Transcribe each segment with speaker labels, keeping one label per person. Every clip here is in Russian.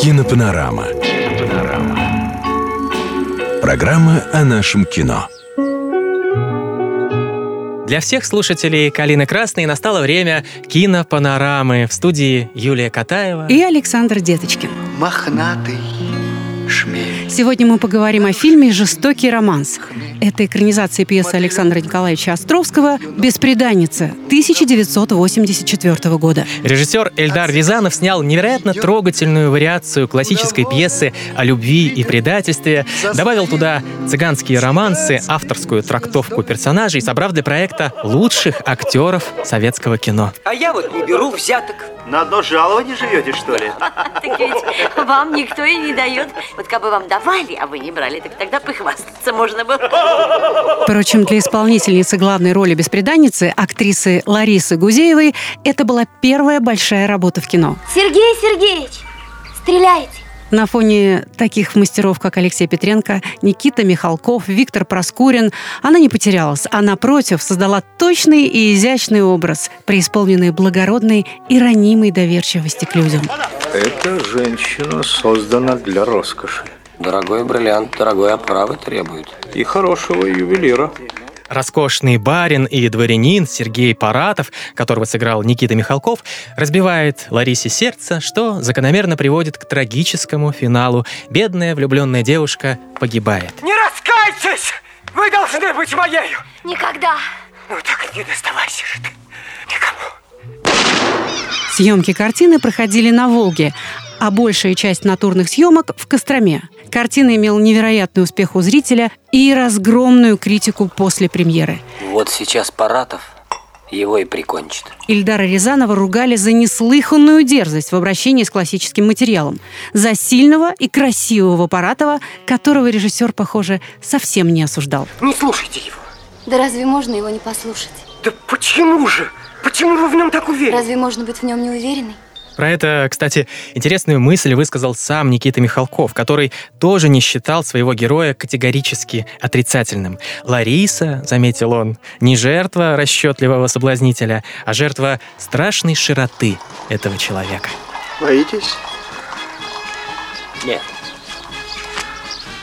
Speaker 1: Кинопанорама. Программа о нашем кино.
Speaker 2: Для всех слушателей «Калины Красной» настало время кинопанорамы в студии Юлия Катаева.
Speaker 3: и Александр Деточкин.
Speaker 4: Мохнатый шмель.
Speaker 3: Сегодня мы поговорим о фильме «Жестокий романс». Это экранизация пьесы Александра Николаевича Островского «Беспреданница» 1984 года.
Speaker 2: Режиссер Эльдар Рязанов снял невероятно трогательную вариацию классической пьесы о любви и предательстве, добавил туда цыганские романсы, авторскую трактовку персонажей, собрав для проекта лучших актеров советского кино.
Speaker 5: А я вот не беру взяток.
Speaker 6: На одно жалование живете, что ли?
Speaker 7: Так ведь вам никто и не дает. Вот как бы вам давали, а вы не брали, так тогда похвастаться можно было.
Speaker 3: Впрочем, для исполнительницы главной роли «Беспреданницы», актрисы Ларисы Гузеевой, это была первая большая работа в кино.
Speaker 8: Сергей Сергеевич, стреляйте!
Speaker 3: На фоне таких мастеров, как Алексей Петренко, Никита Михалков, Виктор Проскурин, она не потерялась, а напротив создала точный и изящный образ, преисполненный благородной и ранимой доверчивости к людям.
Speaker 9: Эта женщина создана для роскоши
Speaker 4: Дорогой бриллиант, дорогой оправы требует.
Speaker 9: и хорошего ювелира.
Speaker 2: Роскошный барин и дворянин Сергей Паратов, которого сыграл Никита Михалков, разбивает Ларисе сердце, что закономерно приводит к трагическому финалу. Бедная влюбленная девушка погибает.
Speaker 5: Не раскайтесь! Вы должны быть моею!
Speaker 8: Никогда!
Speaker 5: Ну так не доставайся же ты никому.
Speaker 3: Съемки картины проходили на Волге, а большая часть натурных съемок в Костроме. Картина имела невероятный успех у зрителя и разгромную критику после премьеры.
Speaker 4: Вот сейчас Паратов его и прикончит.
Speaker 3: Ильдара Рязанова ругали за неслыханную дерзость в обращении с классическим материалом, за сильного и красивого Паратова, которого режиссер, похоже, совсем не осуждал.
Speaker 5: Не слушайте его.
Speaker 8: Да разве можно его не послушать?
Speaker 5: Да почему же? Почему вы в нем так уверены?
Speaker 8: Разве можно быть в нем не уверенной?
Speaker 2: Про это, кстати, интересную мысль высказал сам Никита Михалков, который тоже не считал своего героя категорически отрицательным. Лариса, заметил он, не жертва расчетливого соблазнителя, а жертва страшной широты этого человека.
Speaker 6: А? Боитесь?
Speaker 4: Нет.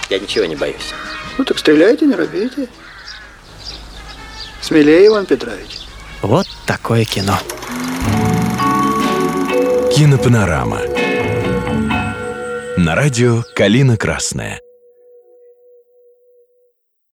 Speaker 4: Я ничего не боюсь.
Speaker 6: Ну так стреляйте, не робейте. Смелее, Иван Петрович.
Speaker 2: Вот такое кино.
Speaker 1: Кинопанорама. На радио «Калина Красная».